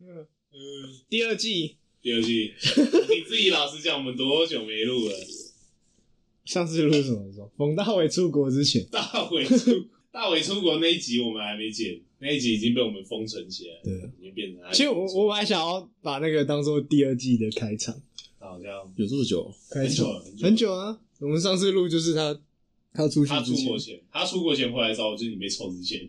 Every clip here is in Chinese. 嗯，第二季第二 季，你自己老实讲，我们多久没录了？上次录什么时候？冯大伟出国之前。大伟出 大伟出国那一集我们还没剪，那一集已经被我们封存起来了，对，已经变成其实我我本来想要把那个当做第二季的开场，好像有这么久？开久场了很久了很久啊。我们上次录就是他他出去他之出前国，前，他出国前回来找我，就是你被臭之前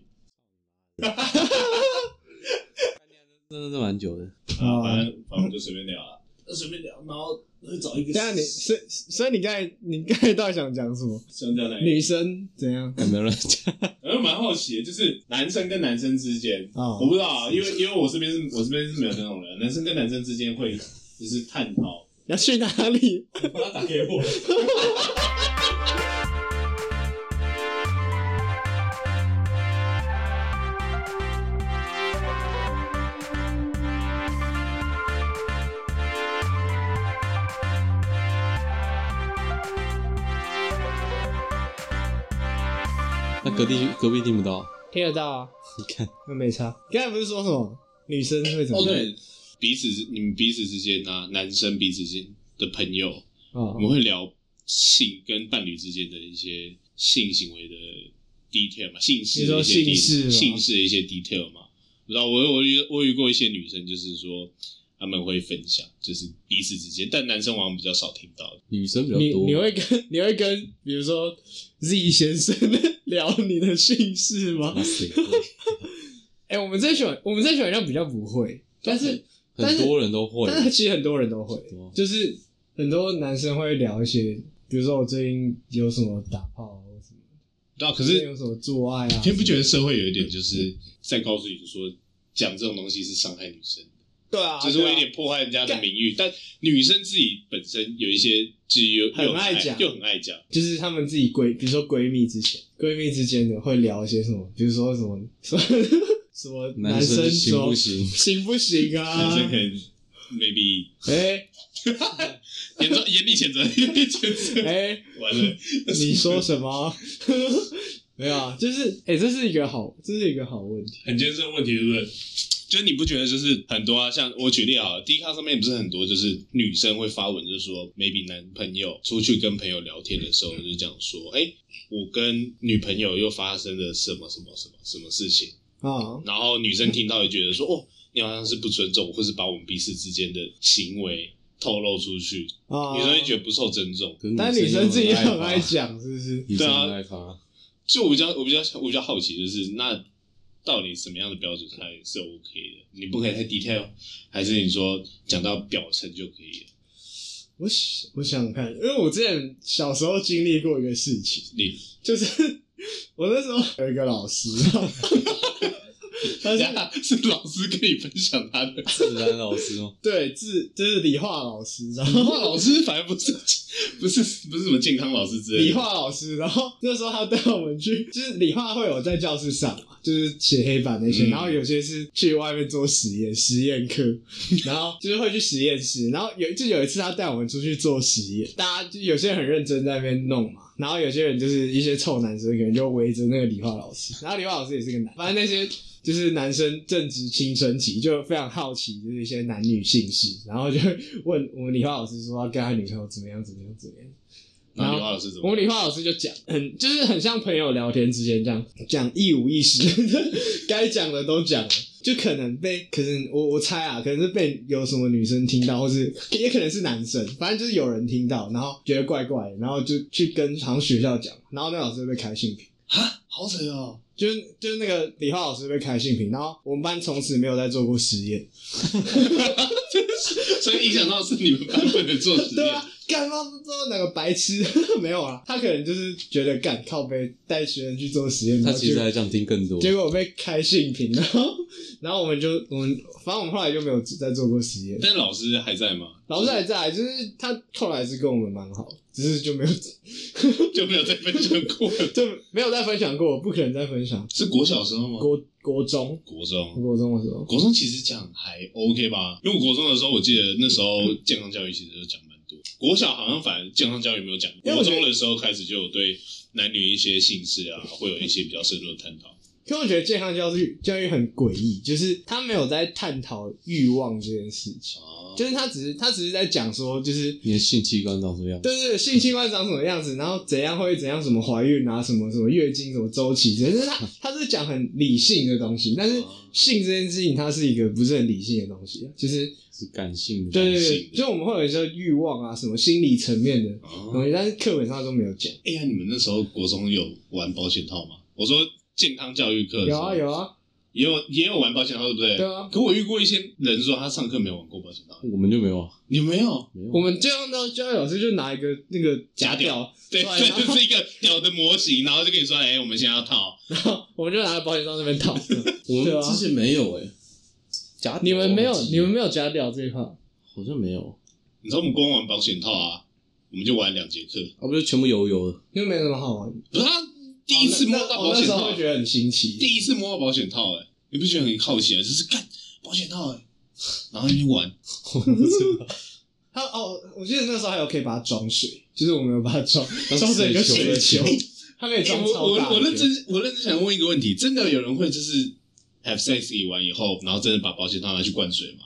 真的是蛮久的。啊，啊反正反正我们就随便聊啊，随便聊，然后会找一等个一下你所以所以你刚才你刚才到底想讲什么？像这样的，女生怎样？有没有人讲？然后哎蛮好奇的，就是男生跟男生之间，啊我不知道啊，因为因为我这边是我这边是没有那种人，男生跟男生之间会就是探讨。 你要去哪里？他打给我。那隔壁隔壁听不到，听得到啊？你看那没差。刚才不是说什么女生会怎么哦，样？对，彼此你们彼此之间啊，男生彼此之间的朋友，我们啊，会聊性跟伴侣之间的一些性行为的 detail 嘛，性事你的说一些性 detail, 事吗性事的一些 detail 嘛。不知道我有我有遇我有遇过一些女生，就是说他们会分享，就是彼此之间，但男生好像比较少听到。女生比较你多。你会跟你会跟比如说 Z 先生聊你的姓氏吗？哇塞哎、我们这选我们这选项比较不会，但是 但很是多人都会但是其实很多人都会多，就是很多男生会聊一些，比如说我最近有什么打炮啊，或什么，对啊，可可是有什么做爱啊你，不觉得社会有一点就是在告诉你说，讲这种东西是伤害女生的？对啊，就是会有点破坏人家的名誉。但女生自己本身有一些，就是又很又爱讲又很爱讲。就是她们自己闺，比如说闺蜜之前，闺蜜之间的会聊一些什么，比如说什么什么什么男生什生行么不行？行不行男啊生？可能 maybe 哎严重严厉谴责，严厉谴责。哎，完了， 你说什么？ 没有啊，就是哎、这是一个好，这是一个好问题。 很艰深的问题，对不对？就是你不觉得就是很多啊？像我举例啊，D 卡上面不是很多，就是女生会发文，就是说 maybe 男朋友出去跟朋友聊天的时候，就讲说，哎、我跟女朋友又发生了什么什么什么什么事情。啊，然后女生听到也觉得说，哦，你好像是不尊重，或是把我们彼此之间的行为透露出去，啊，女生会觉得不受尊重。可是但女生自己又很嗯爱爱发，讲，是不是？对女生啊很爱发。就我比较，我比较，我比较好奇，就是那到底什么样的标准才是 OK 的？你不可以太 detail，还是你说讲到表层就可以了？我想我想想看，因为我之前小时候经历过一个事情，你就是 我那时候 有一个老师，他等一是下 是老师跟你分享他的，自然老 师哦，对自就是理化老师，然理后化老师反而不是不是不是什么健康老师之类的。理化老师，然后那时候他带我们去， 就是理化会有在教室上嘛，就是写黑板那些，嗯然后有些是去外面做实验，实验课， 然后就是会去实验室，然后有就有一次他带我们出去做实验，大家就有些人很认真在那边弄嘛，然后有些人就是一些臭男生可能就围着那个理化老师，然后理化老师也是个男，反正那些。就是男生正值青春期，就非常好奇，就是一些男女性事，然后就会问我们理化老师说要跟他女朋友怎么样怎么样怎么样，那理化老师怎我么们？理化老师就讲，很就是很像朋友聊天之间这样讲一五一十， 该讲的都讲了，就可能被，可能我我猜啊，可能是被有什么女生听到，或是也可能是男生，反正就是有人听到，然后觉得怪怪的，然后就去跟好像学校讲，然后那老师就被开性平，啊，好扯哦！就是就是那个理化老师被开性平，然后我们班从此没有再做过实验，所以影响到是你们班不能做实对验啊。，干嘛不知道哪个白痴 没有啊？他可能就是觉得干靠背带学生去做实验，然他后其结实果还想听更多。结果我被开性平，然后 然后我们就我们反正我们后来就没有再做过实验。但老师还在吗？老师还在，就是他后来是跟我们蛮好，只是就没有 就没有再分享过了。就没有再分享过，不可能再分享。 是国小时候吗？国国中国中，国中的时候，国中其实讲还 OK 吧，因为我国中的时候，我记得那时候健康教育其实就讲蛮多。国小好像反而健康教育没有讲，因为国我觉得 中的时候开始就有对男女一些性事啊，会有一些比较深入的探讨。可我觉得健康教育教育很诡异，就是他没有在探讨欲望这件事情，哦就是他只是他只是在讲说，就是你的性器官长什么样？对对对，性器官长什么样子，然后怎样会怎样，什么怀孕啊，什么什么月经，什么周期，只是他他是讲很理性的东西，但是性这件事情它是一个不是很理性的东西，啊就是是感性的。对对性对，的就我们会有一些欲望啊，什么心理层面的哦，东西，但是课本上都没有讲。哎呀，你们那时候国中有玩保险套吗？我说健康教育课的时有候啊有啊，也有也有玩保险套，对不对？对啊可我遇过一些人说他上课没有玩过保险套，我们就没有啊，你没有？没有啊。我们教到教育老师就拿一个那个假屌，对，出来对，然后就是一个屌的模型，然后就跟你说，哎、我们现在要套，然后我们就拿保险套那边套。我对啊们之前没有哎、欸假你啊们没有我忘记你们没有假屌这一趴，好像没有，你说我们光玩保险套啊，我们就玩两节课，啊不就全部油油的，因为没什么好玩的。不是他第一次摸到我保哦那险时套候会，觉得很新奇。第一次摸到保险套、哎，你不觉得很好奇啊？就是干保险套、哎，然后你就玩，他哦，我记得那时候还有可以把它装水，就是我们有把它装装水就水水球的球，它可以哎装 我超大的我我认真我认真想问一个问题，真的有人会就是 have sex 以完以后，然后真的把保险套拿去灌水吗？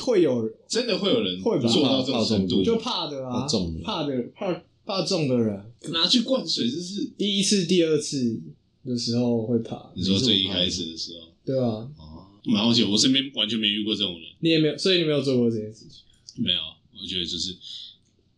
会有人真的会有人会吧做到这怕种程度？就怕的啊，怕中的怕的怕怕中的人，拿去灌水，就是第一次、第二次的时候会怕，你说最一开始的时候。对吧？哦，蛮好奇，我身边完全没遇过这种人，你也没有，所以你没有做过这件事情，没有。我觉得就是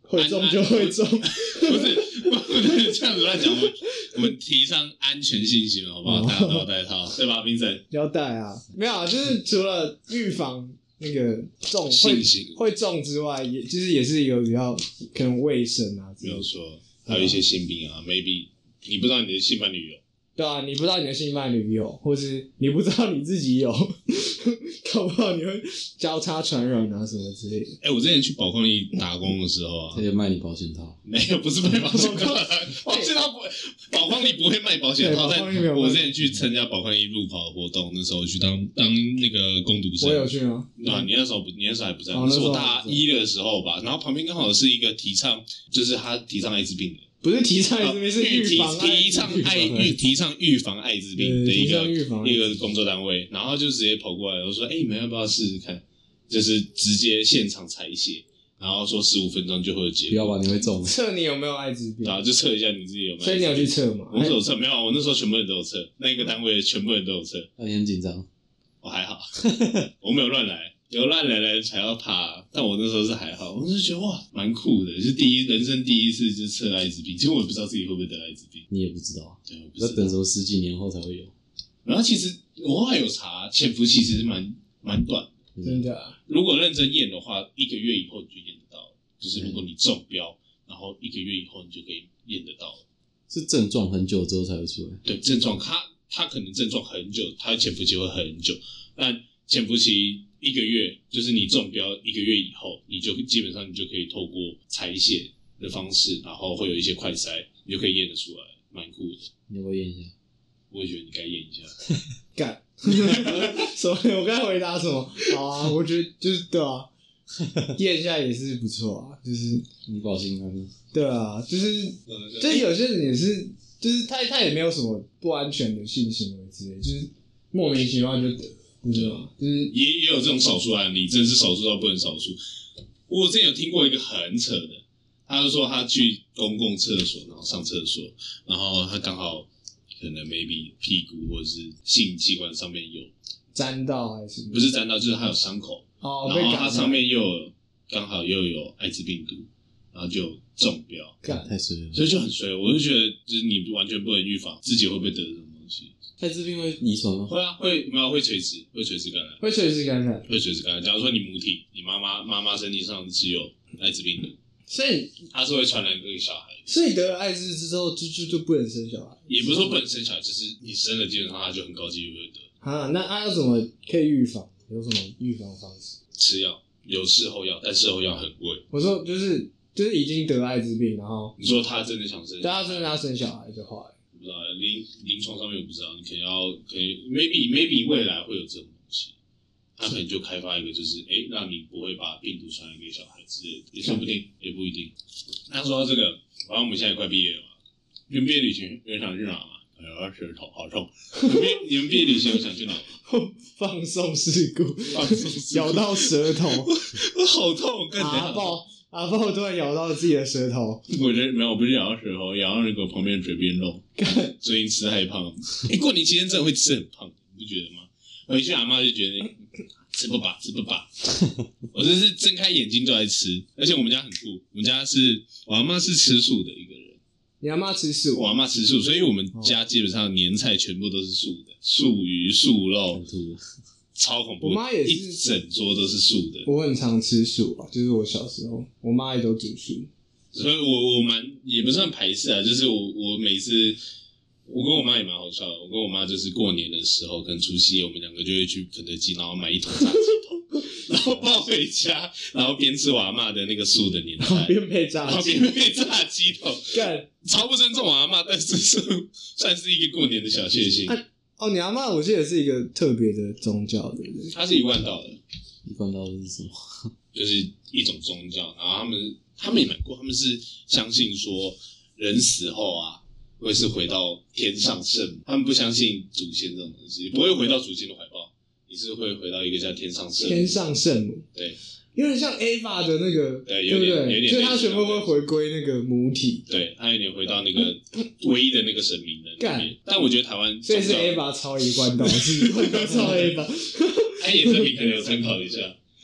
会中就会中，不是，我不能这样子乱讲。我们我们提倡安全性行为，好不好？哦大家都要戴 套，对吧，冰神？要带啊，没有啊，就是除了预防那个中会性行会中之外，也就是也是有比较可能卫生啊之类没的有，说，还有一些性病啊，maybe 你不知道你的性伴侣有，对啊，你不知道你的性伴侣有，或是你不知道你自己有， 搞不好你会交叉传染啊什么之类的。哎、我之前去保矿力打工的时候啊他，就卖你保险套，没有，不是卖保险保套啊，保险套不会，保矿力不会卖保险套。对但保矿力没有卖我之前去参加保矿力路跑活动，那时候去当当那个攻读生，我有去吗？啊，你那时候不，你那时候还不在，嗯哦那是我那时候还大不在一的时候吧。然后旁边刚好是一个提倡，就是他提倡艾滋病的，不是提倡啊这边是预提防艾滋提倡艾预提倡预防艾滋病的对一提倡预防个艾一滋病个工作单位，然后就直接跑过来，我说：“哎，你们要不要试试看？就是直接现场采血，然后说十五分钟就会有结不要果，吧，你会中。测你有没有艾滋病然，后就测一下你自己啊有没有。”所以你有去？测吗？哎我是有测，没有，我那时候全部人都有测，那个单位全部人都有测，那你很紧张，我哦还好， 我没有乱来，有乱来来才要怕。但我那时候是还好，我就觉得哇，蛮酷的，就是第一人生第一次就测艾滋病，其实我也不知道自己会不会得艾滋病，你也不知道啊，对，我不要知等道。什么十几年后才会有。然后其实我后来有查，潜伏期其实蛮蛮短，真的啊，如果认真验的话，一个月以后你就验得到了，就是如果你中标，然后一个月以后你就可以验得到了。是症状很久之后才会出来。对症状，它它可能症状很久，它潜伏期会很久。但潜伏期一个月，就是你中标一个月以后，你就基本上你就可以透过采血的方式，然后会有一些快筛，你就可以验得出来，蛮酷的。你要不要验一下？我也觉得你该验一下。干。 什么？我刚才回答什么？好啊，我觉得就是对啊，验一下也是不错啊，就是你保心安吗？对啊，就是就这是有些人也是，就是他他也没有什么不安全的性行为之类，就是莫名其妙就得，你知啊道吗？就是也也有这种少数案例，真是少数到不能少数。我之前有听过一个很扯的，他就说他去公共厕所，然后上厕所，然后他刚好可能 maybe 屁股或者是性器官上面有沾到还是什么不是沾到，就是它有伤口，哦，被然后它感上面又有刚好又有艾滋病毒，然后就中标，干太衰了。所以就很衰。我就觉得，就是你完全不能预防自己会不会得这种东西。艾滋病会遗 传吗？会啊，会没有会垂直，会垂直感染，会随时感染，会垂直呃感染。假如说你母体，你妈妈妈妈身体上是有艾滋病的，所以它是会传染给小孩的。所以得了艾滋之后就就就不能生小孩也不是说不能生小孩，就是你生了，基本上它就很高几率会得。啊？那啊要怎么可以预防？有什么预防方式？吃药有事后药，但事后药很贵。我说就是就是已经得艾滋病，然后你说他啊真的想生，大家说他生小孩的话，不知道临临床上面我不知道，你可能要可能 maybe maybe 未来会有这种东西，他可能就开发一个就是哎、诶让你不会把病毒传染给小孩之类的，也说不定，也不一定。那说到这个，反正我们现在也快毕业了嘛，因为毕业旅行原想去哪嘛？啊，舌头好痛。你们毕你们毕业旅行有想去哪？ 放松事故，放松事咬到舌头， 我好痛， 干阿啥？豹阿豹突啊然咬到自己的舌头，我这没有，我不是咬到舌头，咬到那个旁边的嘴边 肉，所以吃太胖。哎，过年期间真的会吃很胖，你不觉得吗？回去阿妈就觉得吃不饱，吃不 饱。我真是睁开眼睛就爱吃，而且我们家很酷，我们家是我阿妈是吃素的一个人。你阿妈吃素啊我阿妈吃素，所以我们家基本上年菜全部都是素的，素鱼、素肉很，吐。超恐怖。我妈也是一整桌都是素的，我很常吃素啊，就是我小时候，我妈也都煮 素。所以我我蛮也不算排斥啊，就是我我每次我跟我妈也蛮好笑的，我跟我妈就是过年的时候，可能除夕夜我们两个就会去肯德基，然后买一桶炸鸡桶，然后抱回家，然后边吃我阿妈的那个素的年菜，边配炸然后鸡，边配炸鸡桶，干超不尊重我阿妈，但是是算是一个过年的小确幸。啊哦！你阿妈我记得是一个特别的宗教，对不对？她是一贯道的。一贯道是什么？就是一种宗教，然后他们他们也蛮酷，他们是相信说人死后啊会是回到天上圣母，他们不相信祖先这种东西，不会回到祖先的怀抱，你是会回到一个叫天上圣母天上圣母，对，有点像 Ava 的那个，对不有点有对？点就是它全部会回归那个母体，对，他有点回到那个唯一的那个神明的那边干。但我觉得台湾所以是宗教 Ava 超一贯道，是一贯道超 Ava。哎，也是你可能有参考一下。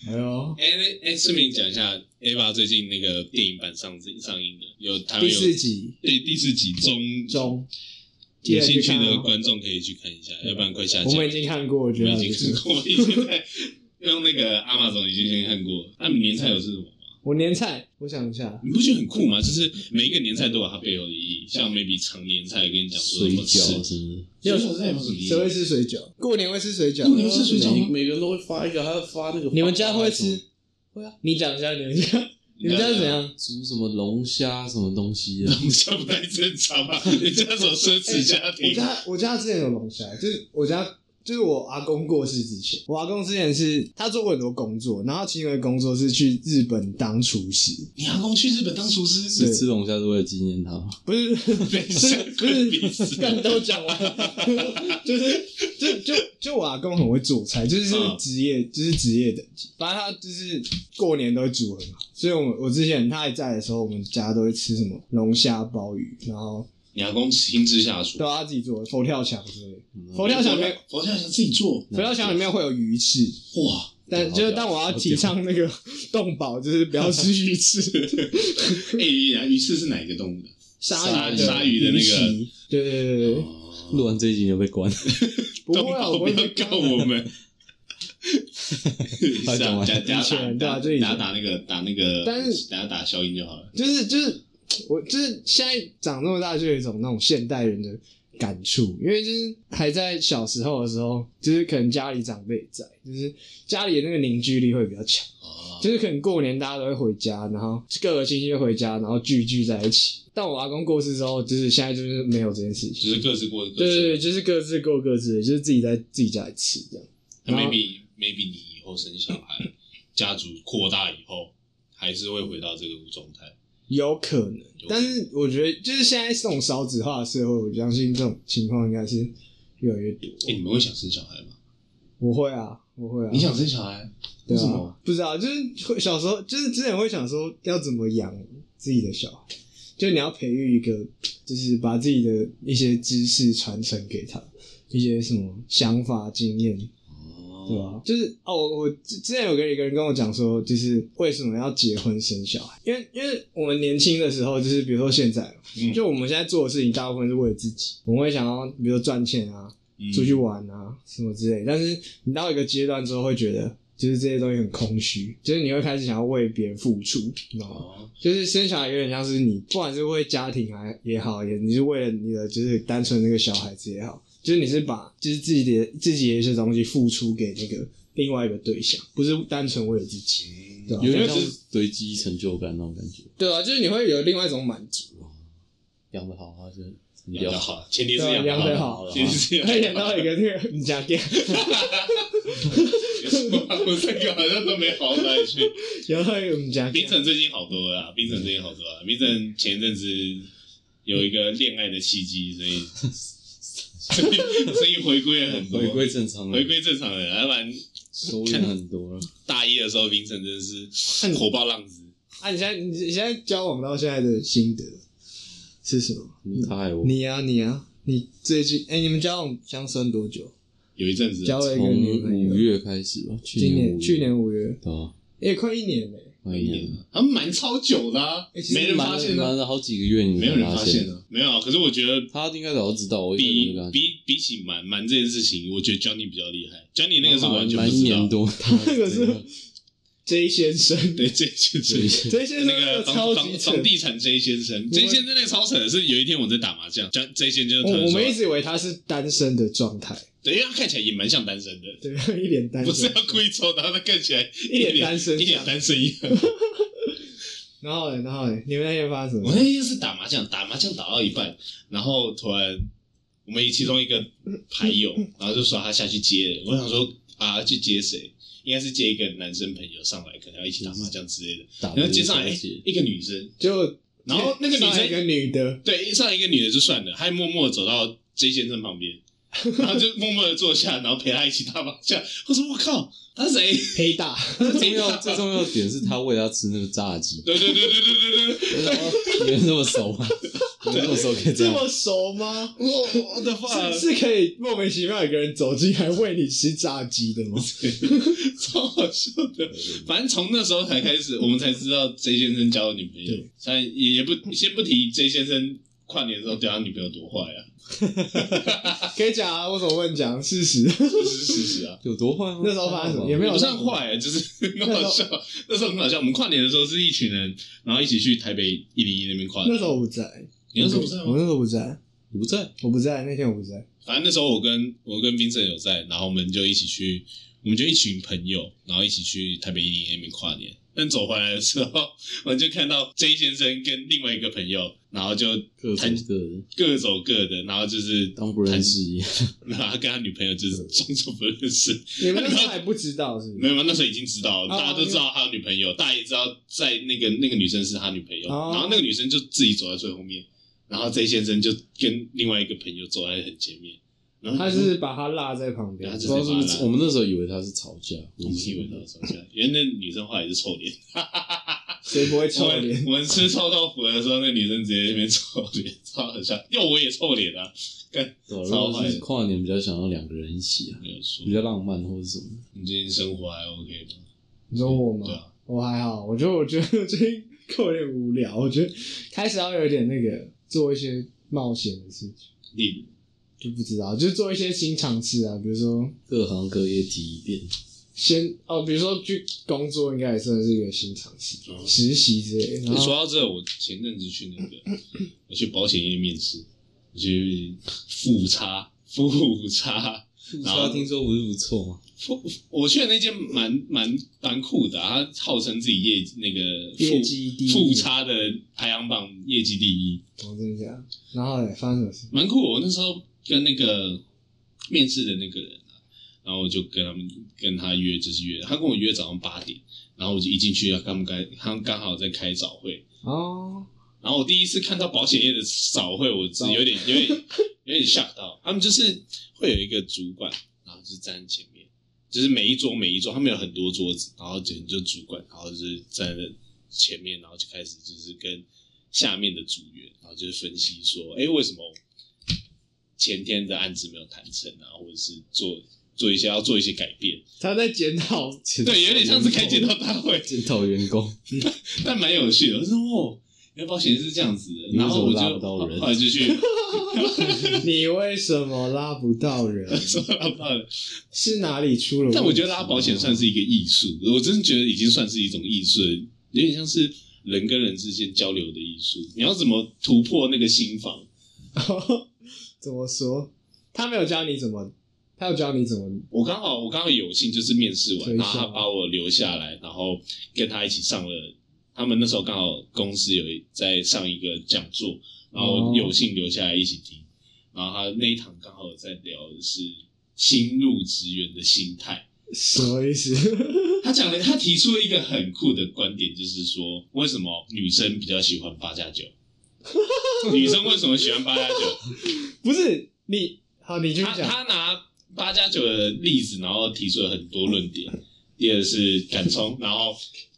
哎呦，哎那哎，顺便讲一下，Ava 最近那个电影版上上映的，有台湾第有四集对第四集中中，记有得去兴趣看的啊！观众可以去看一下，要不然快下架。我们已经看过，我觉我得已还经不错看过，我已经在用那个阿玛总已经先看过。那年菜有是什么？我年菜，我想一下，你不觉得很酷吗？就是每一个年菜都有它背后的意义，像 maybe 常年菜跟你讲说水什么吃饺，什么水饺菜有什么意义谁？会吃水饺？过年会吃水饺？过年会吃水饺每每个人都会发一个，还要发那个。你们家会吃？会啊。你讲一下你们家，你们家是怎样？煮什么龙虾什么东西啊 的？我们家不太正常吧？人家什么奢侈家我庭？家我家之前有龙虾，就是我家就是我阿公过世之前，我阿公之前是他做过很多工作，然后其中一个工作是去日本当厨师，你阿公去日本当厨师是是吃龙虾是为了纪念他吗？不是不 被下是不跪鄙是，视。干都讲完 了，就是就就就我阿公很会做菜，就是是嗯职业就是职业等级，反正他就是过年都会煮很好，所以我们我之前他还在的时候，我们家都会吃什么龙虾鲍鱼，然后你阿公亲自下厨都，要自己做佛跳墙之类的，嗯佛跳墙里面佛跳墙自己做，佛跳墙里面会有鱼翅。哇！但就是，但我要提倡那个动保，就是不要吃鱼 翅，哎，鱼翅是哪一个动物的？鲨鱼鲨鲨鱼的那个哦鳍，对对对对对，录完这一集你就被关。不动会啊，保我不会被要告我们。 好讲完打打以前对打啊打就以前打打那个打那个，但是打打消音就好了。就是就是我就是现在长那么大，就有一种那种现代人的感触，因为就是还在小时候的时候，就是可能家里长辈在，就是家里的那个凝聚力会比较强，哦就是可能过年大家都会回家，然后各个亲戚会回家，然后聚聚在一起。但我阿公过世之后，就是现在就是没有这件事情，就是各自过各对对自对，就是各自过各自的，就是自己在自己家里吃这样。那然后，maybe maybe 你以后生小孩，家族扩大以后，还是会回到这个状态。哎有可能，但是我觉得就是现在这种少子化的社会，我相信这种情况应该是越来越多。哎，你们会想生小孩吗？我会啊，我会啊。你想生小孩？对为什么啊？不知道，就是会小时候，就是之前会想说要怎么养自己的小孩，就你要培育一个，就是把自己的一些知识传承给他，一些什么想法、经验，对吧、就是哦，我我之之前有个一个人跟我讲说，就是为什么要结婚生小孩？因为因为我们年轻的时候，就是比如说现在，嗯就我们现在做的事情，大部分是为了自己，我们会想要，比如说赚钱啊，嗯出去玩啊什么之类。但是你到一个阶段之后，会觉得就是这些东西很空虚，就是你会开始想要为别人付出，你知道吗？哦就是生小孩有点像是你，不管是为家庭还也好，也你是为了你的就是单纯那个小孩子也好，就是你是把就是自己的自己的一些东西付出给那个另外一个对象，不是单纯为了自己，对吧、有点因像为这堆积成就感那种感觉。对啊，就是你会有另外一种满足。养得好，还是你养较得好。好，前提是对啊养养得好，好前提是他演养得 好到一 个那个你讲讲，我这个好像都没好到哪里去。演到一个你讲冰讲，城最近好多了啊，冰城最近好多了啊。冰城前一阵子有一个恋爱的契机，所以所以所以回归了很多，回归正常了，回归正常人，要不然收敛很多了。大一的时候评审真的是火爆浪子，啊，你现在你你现在交往到现在的心得是什么？你他爱我，你呀、你呀、你最近哎、你们交往相生多久？有一阵子交了一个从女朋五友，月开始吧，去今五年月去年五月，对啊，也、快一年嘞、快一年了，啊他们蛮超久的啊欸哎其，实没人发现瞒啊，了好几个月，你没有人发发现现啊，没有啊。可是我觉得他应该早就知道，我一开始比就跟他讲比比起瞒瞒这件事情，我觉得 Johnny 比较厉害，Johnny 那个是完全瞒不一知年道。多，他 那个是 J 先生对，这这 这，J 先生那个个房超房级房蠢。地产 J 先生，J 先生那个超扯的是，有一天我在打麻将，J J 先生就突我然哦我们一说，直以为他是单身的状态，对，因为他看起来也蛮像单身的，对， 一脸单不是啊身要，故意抽，然后他看起来一脸单身一脸相单身一样。然后嘞，然后嘞，你们那天发生什我么？那天是打麻将，打麻将打到一半，然后突然我们其中一个牌友，然后就说他下去接人，我想说啊，去接谁？应该是接一个男生朋友上来，可能要一起打麻将之类的。啊打然后接上来、了哎一个女生，就然后那个女上来生一个女的，对，上一个女的就算了，还默默地走到 J 先生旁边，然后就默默的坐下，然后陪他一起打麻将。我说我靠，他是谁？黑 大，他是最谁重要最重要的点是他喂他吃那个炸鸡， 对对对对对对对对，我想说你们这么熟 啊吗？你们这么熟可以这这样？啊么熟吗？我我的话是是可以莫名其妙有个人走进来喂你吃炸鸡的吗？超好笑的。反正从那时候才开始，我们才知道 J 先生交了女朋友对。但也也不先不提 J 先生跨年的时候对他女朋友多坏啊，可以讲啊，我怎么问讲事 实？这是事实啊。有多啊坏吗？那时候发生什么也没有也不算坏、就是很好笑。那时候很好笑，我们跨年的时候是一群人，然后一起去台北一零一那边跨年。那时候我不在，你那时候不在我吗？那时候不在，你不在，我不在那天我不在，反正那时候我跟我跟冰 i 有在，然后我们就一起去，我们就一群朋友，然后一起去台北一零一那边跨年。但走回来的时候， 我就看到 J 先生跟另外一个朋友，然后就各谈种各人，各走各的，然后就是当不认识一样。然后他跟他女朋友就是装作不认识，你们那时候还不知道是不没是？有，没有那时候已经知道了，哦大家都知道他有女朋友，大家也知道在那个那个女生是他女朋友，哦然后那个女生就自己走在最后面，然后 J 先生就跟另外一个朋友走在很前面，然后他是把他落在旁边他，不就知道是不是，嗯我们那时候以为他是吵架，我们以为他 吵架，原来那女生后来是臭脸，谁不会臭我 们脸？我们吃臭豆腐的时候，那女生直接在那边臭脸，超好笑，要我也臭脸啊，对啊，超如果坏是的跨年比较想要两个人一起啊，没有错比，较浪漫或者什么的。你最近生活还 OK 吗？你说我吗对？啊，我还好，我觉得我觉得最近有点无聊，我觉得开始要有点那个做一些冒险的事情，例如。就不知道，就是做一些新尝试啊，比如说各行各业提一遍，先哦，比如说去工作，应该也算是一个新尝试，嗯实习之类的。然你说后到这，我前阵子去那个，我去保险业面试，我去复查复查，然后他听说不是不错吗？复我去的那间蛮蛮蛮酷的、啊，它号称自己业那个复业绩第一复差的排行榜业绩第一，我哦真的讲，然后嘞，发生什么事？蛮酷的。我那时候跟那个面试的那个人啊，然后我就跟他们跟他约，就是约，他跟我约早上八点，然后我就一进去，他们刚他们刚好在开早会。哦，然后我第一次看到保险业的早会，我是哦早有点有点有点吓到。他们就是会有一个主管，然后就是站在前面，就是每一桌每一桌，他们有很多桌子，然后就就主管，然后就是站在前面，然后就开始就是跟下面的组员，然后就是分析说，哎，为什么前天的案子没有谈成啊，或者是做做一些要做一些改变，他在检 讨，对，有点像是开检讨大会，检讨员工，但蛮有趣的。我说哦，原来保险是这样子的，你为然什后么我拉不就到人后来就去你为什么拉不到人？说拉不到人。是哪里出了问题？但我觉得拉保险算是一个艺术，我真的觉得已经算是一种艺术了，有点像是人跟人之间交流的艺术。你要怎么突破那个心防？ 怎么说？他没有教你怎么，他有教你怎么我刚好我刚好有幸就是面试完，推销然后他把我留下来，然后跟他一起上了。他们那时候刚好公司有一在上一个讲座，然后哦有幸留下来一起听。然后他那一堂刚好在聊的是新入职员的心态。什么意 思？他讲了，他提出了一个很酷的观点，就是说为什么女生比较 喜欢八加九，女生为什么喜欢八加九？不是你，好，你继续他讲。他拿八加九的例子，然后提出了很多论点。第二是敢冲，然后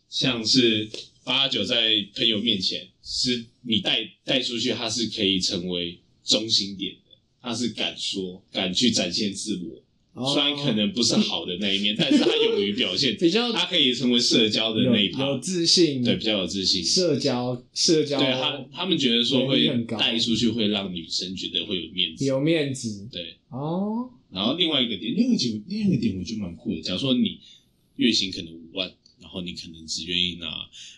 像是八加九在朋友面前，是你带带出去，他是可以成为中心点的，他是敢说，敢去展现自我，哦虽然可能不是好的那一面，但是他勇于表现，比较他可以成为社交的有那一趴有，自信，对，比较有自信。社交社交，对他，他们觉得说会能力很高带出去会让女生觉得会有面子，有面子对。哦。然后另外一个点，另外一个点，另外一个点我觉得蛮酷的。假如说你月薪可能五万，然后你可能只愿意拿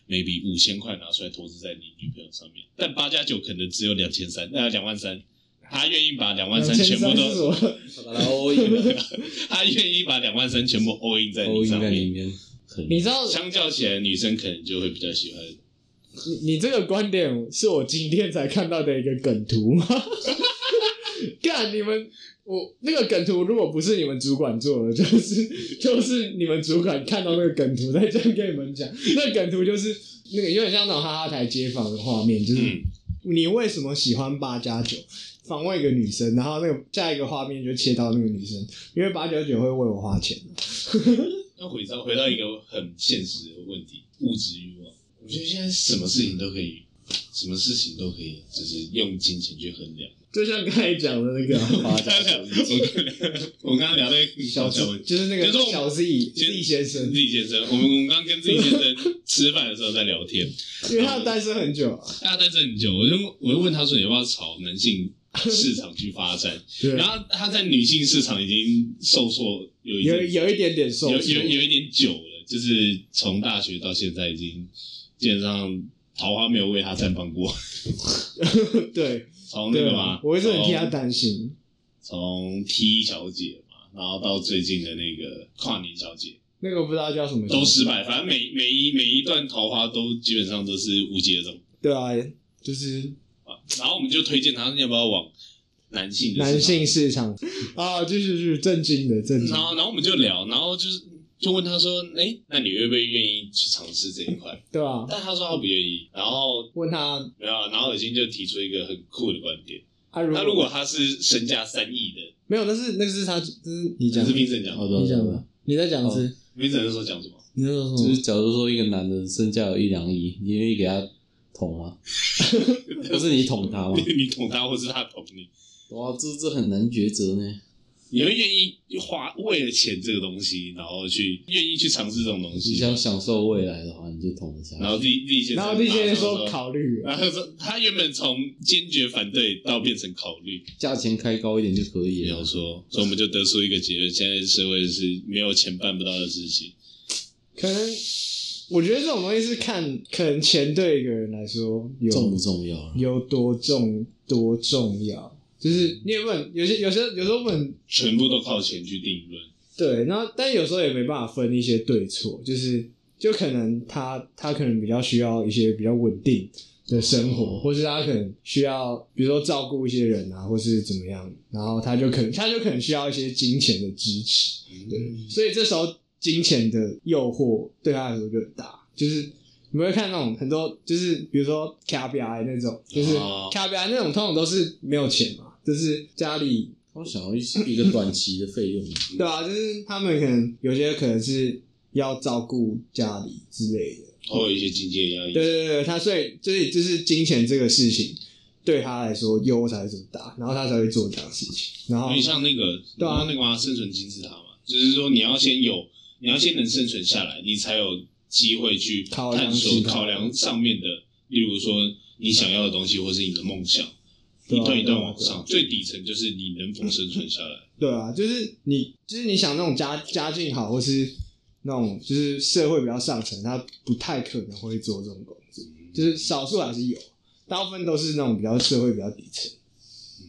maybe 五千块拿出来投资在你女朋友上面，但八加九可能只有两千三，那两万三，他愿意把两万三全部2300是什都，么然后也 他愿意把两万三全部 all in 在欧你印上在里面。面，很你知道相较起来，女生可能就会比较喜欢。你你这个观点是我今天才看到的一个梗图吗？ 干你们！我那个梗图如果不是你们主管做的，就是就是你们主管看到那个梗图再这样跟你们讲，那梗图就是那个有点像那种哈哈台街访的画面，就是、嗯，你为什么喜欢八加九？访问一个女生，然后那个下一个画面就切到那个女生，因为八九九会为我花钱。那回到回到一个很现实的问题，物质欲望。我觉得现在什么事情都可以，什么事情都可以，就是用金钱去衡量。就像刚才讲的那个啊八加九一斤，我刚刚聊到一个小 小小问 Z，题，就是那个就是我们小 Z Z 先生， Z 先生，我们我们刚跟 Z 先生吃饭的时候在聊天，因为他单身很久啊。他在这很久，我就我就问他说你要不要朝男性市场去发展， 对然，后他在女性市场已经受挫有一有阵子有一点点受有挫有有一点久了，就是从大学到现在已经基本上桃花没有为他绽放过， 对从那对啊个哦嘛，我一直很替他从担心。从 T 小姐嘛，然后到最近的那个跨年小姐。那个不知道叫什么，都失败，反正每每一每一段桃花都基本上都是无疾而终。对啊，就是然后我们就推荐他要不要往男性的市场男，性嗯市场啊，就是是正经的正经然。后然后我们就聊，然后就是就问他说，哎、那你会不会愿意去尝试这一块？对啊，但他说他不愿意，然后问他没有，啊然后尔金就提出一个很酷的观点，他如那如果他是身价三亿的，没有，那是那是他，这是你讲你的哦是，冰神讲，好你的，讲好的的，你再讲一次。冰神那时候讲什么？你在说什么？就是假如说一个男的身价有一两亿，你愿意给他捅吗？ 不是你捅他吗？哦 你你捅他，或是他捅你？哇，这这很难抉择呢。你会愿意花为了钱这个东西，然后去愿意去尝试这种东西你吗？想享受未来的话，你就捅一下。然后自己自己先，然后那些人说，考虑了，然后说他原本从坚决反对到变成考虑，价钱开高一点就可以也了有。说，所以我们就得出一个结论：现在社会是没有钱办不到的事情。可能我觉得这种东西是看，可能钱对一个人来说有重不重要啊？有多重多重要，就是你也不能有些有些有时候不能全部都靠钱去定论，对，然后但有时候也没办法分一些对错，就是就可能他他可能比较需要一些比较稳定的生活，哦或是他可能需要比如说照顾一些人啊，或是怎么样，然后他就可能他就可能需要一些金钱的支持，对，所以这时候金钱的诱惑对他来说就很大，就是。你会看那种很多，就是比如说 KPI 那种，就是哦 KPI 那种，通常都是没有钱嘛，就是家里他想要一一个短期的费用，对啊，就是他们可能有些可能是要照顾家里之类的。会有一些经济的压力。对对对，他所以所以就是金钱这个事情对他来说诱惑才会这么大，然后他才会做这样的事情。然后因为像那个，对啊然后那个嘛，生存金字塔嘛，就是说你要先有，你要先能生存下来，你才有机会去考量探索、其他考量上面的，例如说你想要的东西，或是你的梦想，对啊一段一对段啊往对啊上，最底层就是你能否生存下来。对啊，就是你就是你想那种家家境好，或是那种就是社会比较上层，他不太可能会做这种工作，就是少数还是有，大部分都是那种比较社会比较底层。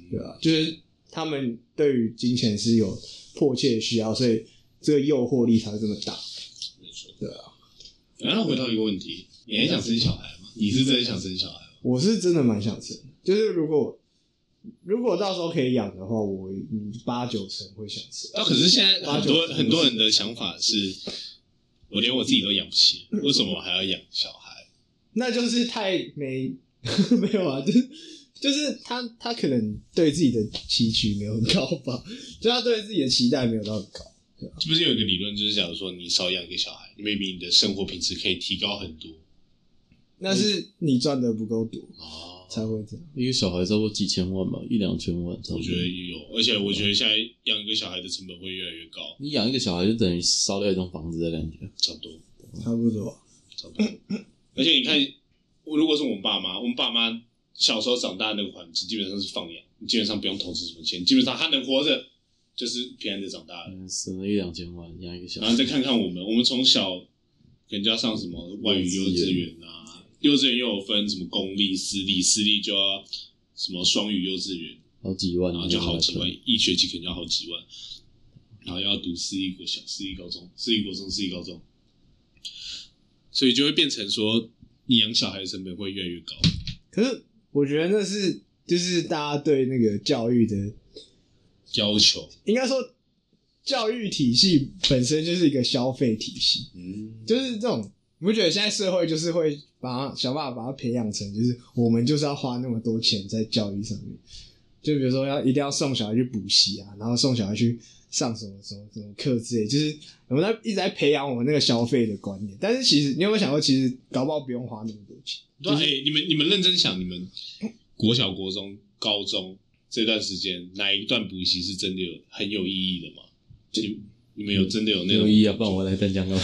对啊，就是他们对于金钱是有迫切的需要，所以这个诱惑力才会这么大。没错，对啊。然后回到一个问题，你还想生小孩吗？你是真的想生小孩吗？我是真的蛮想生，就是如果如果到时候可以养的话，我嗯八九成会想生。那、啊可是现在很多八九很多人的想法是，我连我自己都养不起，为什么我还要养小孩？ 那就是太没没有啊，就是就是他他可能对自己的期许没有很高吧，就他对自己的期待没有到很高。是不是有一个理论，就是假如说你少养一个小孩，maybe 你的生活品质可以提高很多那是你赚的不够多哦才会这样。一个小孩差不多几千万吧，一两千万差不多。我觉得有，而且我觉得现在养一个小孩的成本会越来越高，你养一个小孩就等于烧掉一栋房子的感觉。差不多，差不多。啊差不多。而且你看，我如果是我们爸妈，我们爸妈小时候长大的那个环境，基本上是放养，你基本上不用投资什么钱，基本上他能活着就是平安的长大了。嗯，省了一两千万养一个小然后孩，再看看我们，我们从小可能就要上什么外语幼稚园啊，幼稚园又有分什么公立、私立，私立就要什么双语幼稚园，好几万，然后就好几万，一学期可能就要好几万，然后又要读私立国小、私立高中、私立国中、私立高中，所以就会变成说，你养小孩的成本会越来越高。可是我觉得那是就是大家对那个教育的，要求，应该说教育体系本身就是一个消费体系，嗯，就是这种。你不觉得现在社会就是会把它想办法把它培养成，就是我们就是要花那么多钱在教育上面，就比如说要一定要送小孩去补习啊，然后送小孩去上什么什么什么课之类，就是我们在一直在培养我们那个消费的观念。但是其实你有没有想过，其实搞不好不用花那么多钱。对啊，哎、你们你们认真想，你们国小、国中、高中这段时间，哪一段补习是真的有很有意义的吗？你你们有真的有那六 种？一啊，不然我来淡江干嘛？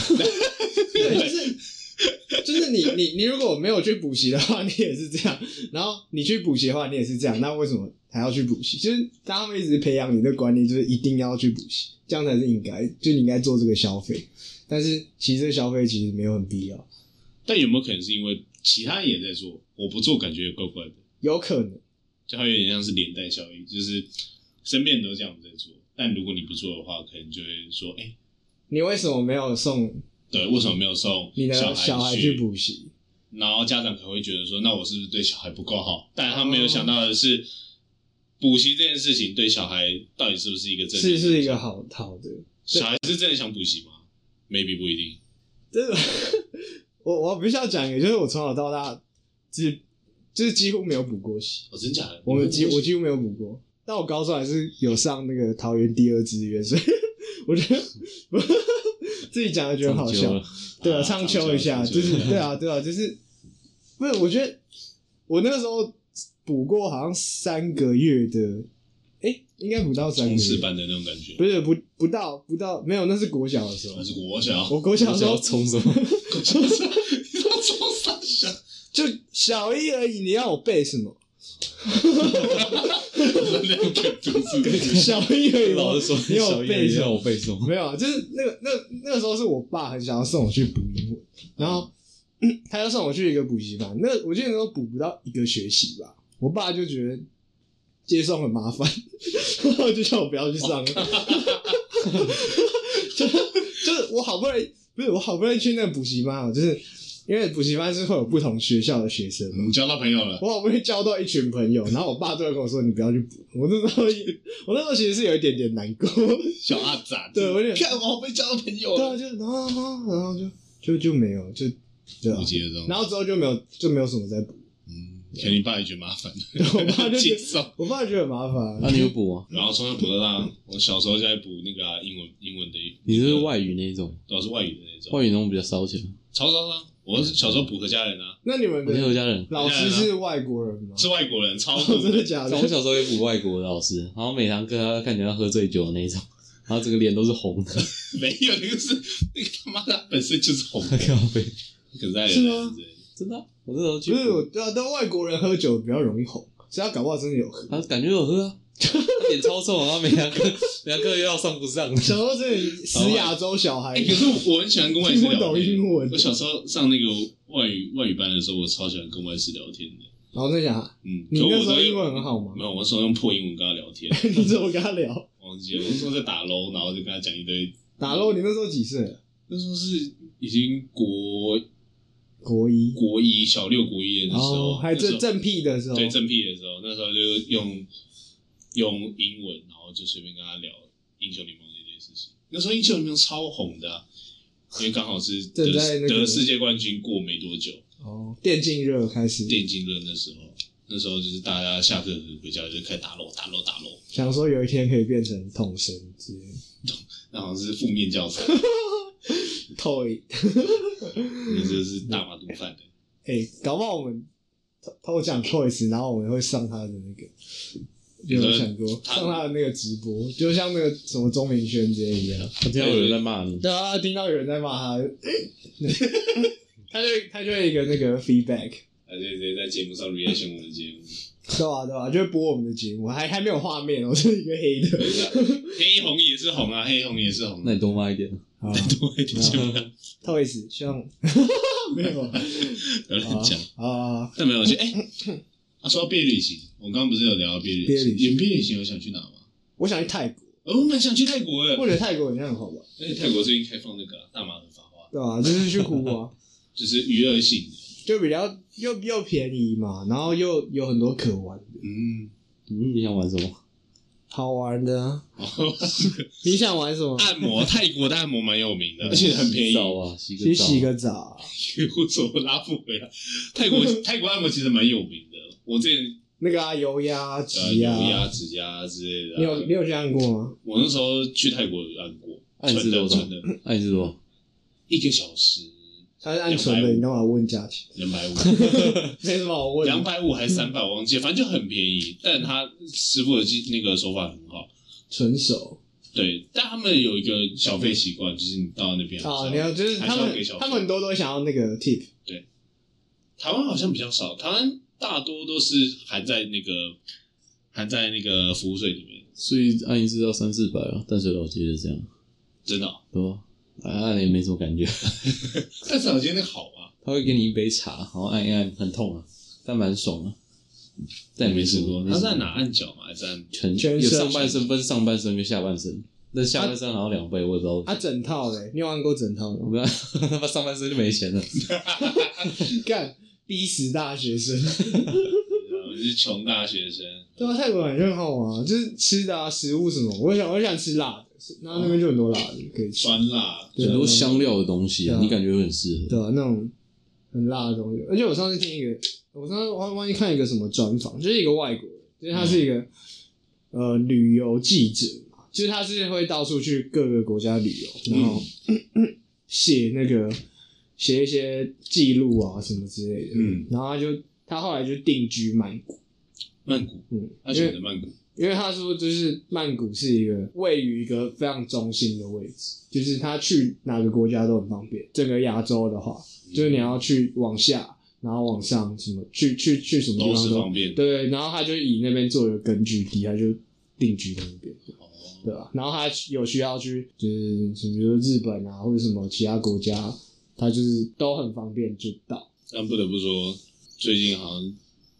对，就是就是你你你如果没有去补习的话，你也是这样；然后你去补习的话，你也是这样。那为什么还要去补习？就是他们一直培养你的观念，就是一定要去补习，这样才是应该，就你应该做这个消费。但是其实这个消费其实没有很必要，但有没有可能是因为其他人也在做，我不做感觉也怪怪的，有可能就它有点像是连带效应，就是身边人都这样在做，但如果你不做的话，可能就会说，哎、你为什么没有送对，为什么没有送你的小小孩孩去补习？然后家长可能会觉得说，那我是不是对小孩不够好？但他没有想到的哦是，补习这件事情对小孩到底是不是一个正？是是一个好好的，小孩是真的想补习吗？maybe 不一定。真的，我我必须要讲一个，就是我从小到大，只就是几乎没有补过习。哦，真假的？我们几我几乎没有补过，但我高中还是有上那个桃园第二志愿，所以 我觉得自己讲的觉得好 中秋笑了。，对啊，啊唱秋一下，唱秋就一下是对啊，对啊，就是不是？我觉得我那个时候补过好像三个月的，哎，应该不到三个冲刺月，班的那种感觉。不是不不到不到，没有，那是国小的时候还，是国 小，我国小的时候要冲什 么？你知道冲三小？就小一而已，你要我背什么？ 那个不是不是小一而已，老师说你要小我一背什么要？我背诵， 没有，啊，就是那个那那个时候是我爸很想要送我去补英文，然后、 他要送我去一个补习班，那我记得那时候补不到一个学期吧，我爸就觉得接送很麻烦， 然后就叫我不要去上了。 就是就是我好不容易不是我好不容易去那个补习班啊，就是因为补习班是会有不同学校的学生嘛，你交到朋友了，我好不容易交到一群朋友，然后我爸都会跟我说你不要去补，我那时候我那时候其实是有一点点难过。小阿仔。对我有点看我被交到朋友对啊，了。就然后然后然后就就就没有就对啊补，习的这然种，后之后就没有就没有什么在 补，嗯，可能你爸也觉得麻烦，对我爸就觉 接得受。我爸觉得很麻烦那啊，你有补吗？然后从小补到大，我小时候就在补那个啊英文英文的，你是外语那种，主要是外语的那种。外语那种比较烧钱。超超超！我是小时候补客家人啊，那你们你有的家人？老师是外国人吗？是外国人， 超酷哦真的假像的我？小时候也补外国的老师，然后每堂课他看起来要喝醉酒的那种，然后整个脸都是红 的，没有，那个是那个他妈的本身就是红喝的，咖啡。可爱是人吗啊之类的真的啊、我那时候去不是我补，对啊，但外国人喝酒比较容易红，所以他搞不好真的有喝。他感觉有喝 啊，他脸超臭，然后每堂课每堂课又要上不上。小时候真的死亚洲小孩哎、，可是我我很喜欢跟外师听不聊懂天。英文，我小时候上那个外语外语班的时候，我超喜欢跟外师聊天的。然后在想啊嗯，你可我那时候都英文很好吗没有，我那时候用破英文跟他聊天， 你怎么跟他聊？忘记了。我那时候在打 LO，然后就跟他讲一堆。打漏你那时候几岁？啊那时候是已经国国一国一小六国一的时候，哦，还那时正候正屁的时候，对正屁的时候，那时候就用用英文，然后就随便跟他聊英雄联盟这件事情。那时候英雄联盟超红的啊、因为刚好是得正在那个得世界冠军过没多久，哦，电竞热开始，电竞热那时候，那时候就是大家下课回家就开始打漏打漏打漏，想说有一天可以变成统神之类的那好像是负面教材， ，toy，那就是大麻毒贩的。哎、搞不好我们偷偷讲 toys，然后我们会上他的那个，有没有想过嗯他上他的那个直播，就像那个什么钟明轩之类一样。我听到有人在骂你，对啊，听到有人在骂他， 他就他就会一个那个 feedback，而且啊直接在节目上 reaction 我的节 目，对啊对啊，就会播我们的节目，还还没有画面， 我是一个黑的。黑红也是红啊，黑红也是红、那啊。你多骂一点。好， 多一点节目，啊 toys，希 望没有啊不要乱讲。啊，但没有，我觉得哎，他、说到毕业旅行，我刚刚不是有聊到毕业旅毕业行？旅行你们毕业旅行有想去哪吗？我想去泰国，呃我蛮想去泰国的我，觉得泰国好像很好玩，而且泰国最近开放那个啊、大麻合法化，对啊，就是去湖啊，就是娱乐性的。就比较又又便宜嘛，然后又有很多可玩的，嗯，嗯，你想玩什么？好玩的啊。哦 你想玩什么？按摩，泰国的按摩蛮有名的，嗯而且很便宜洗，澡啊，洗个去澡啊。洗个澡啊，我怎么拉不回来？泰国泰国按摩其实蛮有名的，我之前那个啊，油压、呃指油压，压、指甲之类你的啊、有你有去按过吗？我那时候去泰国有按过，按纯是的多少纯的，爱啊是什么？一个小时他是按纯的，你干嘛问价钱？ 两百五， 没什么好问的。两百五嗯还是三百，我忘记了，反正就很便宜。但他师傅的技那个手法很好，纯手对。但他们有一个小费习惯，就是你到那边啊，还你要就是还他要们给小费他们很多都想要那个 tip，台湾好像比较少，台湾大多都是含在那个含在那个服务税里面，所以按一次要三四百啊，淡水老街是这样，真的、哦。对吧？按按也没什么感觉，但是我觉得那个好啊，他会给你一杯茶，然后按一按，很痛啊，但蛮爽啊。但也没试过，他是在哪按脚吗？还是按？全全有身上半身分上半身跟下半身，那下半身好像两倍，我也不知道为什么。啊，整套嘞，你有按过整套的我吗？ 们 他妈上半身就没钱了，干，逼死大学生。 我是穷大学生，对啊，泰国很很好玩啊，就是吃的啊，食物什么，我想我想吃辣的，然后那边就很多辣的可以吃，酸辣，对啊很多香料的东西对啊，啊你感觉会很适合。对啊，那种很辣的东西。而且我上次听一个，我上次忘忘记看一个什么专访，就是一个外国人，就是他是一个、呃旅游记者嘛，就是他是会到处去各个国家旅游，然后写那个写一些记录啊什么之类的，嗯，然后他就他后来就定居曼谷，曼谷，嗯，他因选为择曼谷，因为他说，就是曼谷是一个位于一个非常中心的位置，就是他去哪个国家都很方便。整个亚洲的话，就是你要去往下，然后往上，什么去去去什么地都方是都方便。对对。然后他就以那边做一个根据地，他就定居在那边，哦对吧、然后他有需要去，就是什么，比如说日本啊，或者什么其他国家，他就是都很方便就到但不得不说，最近好像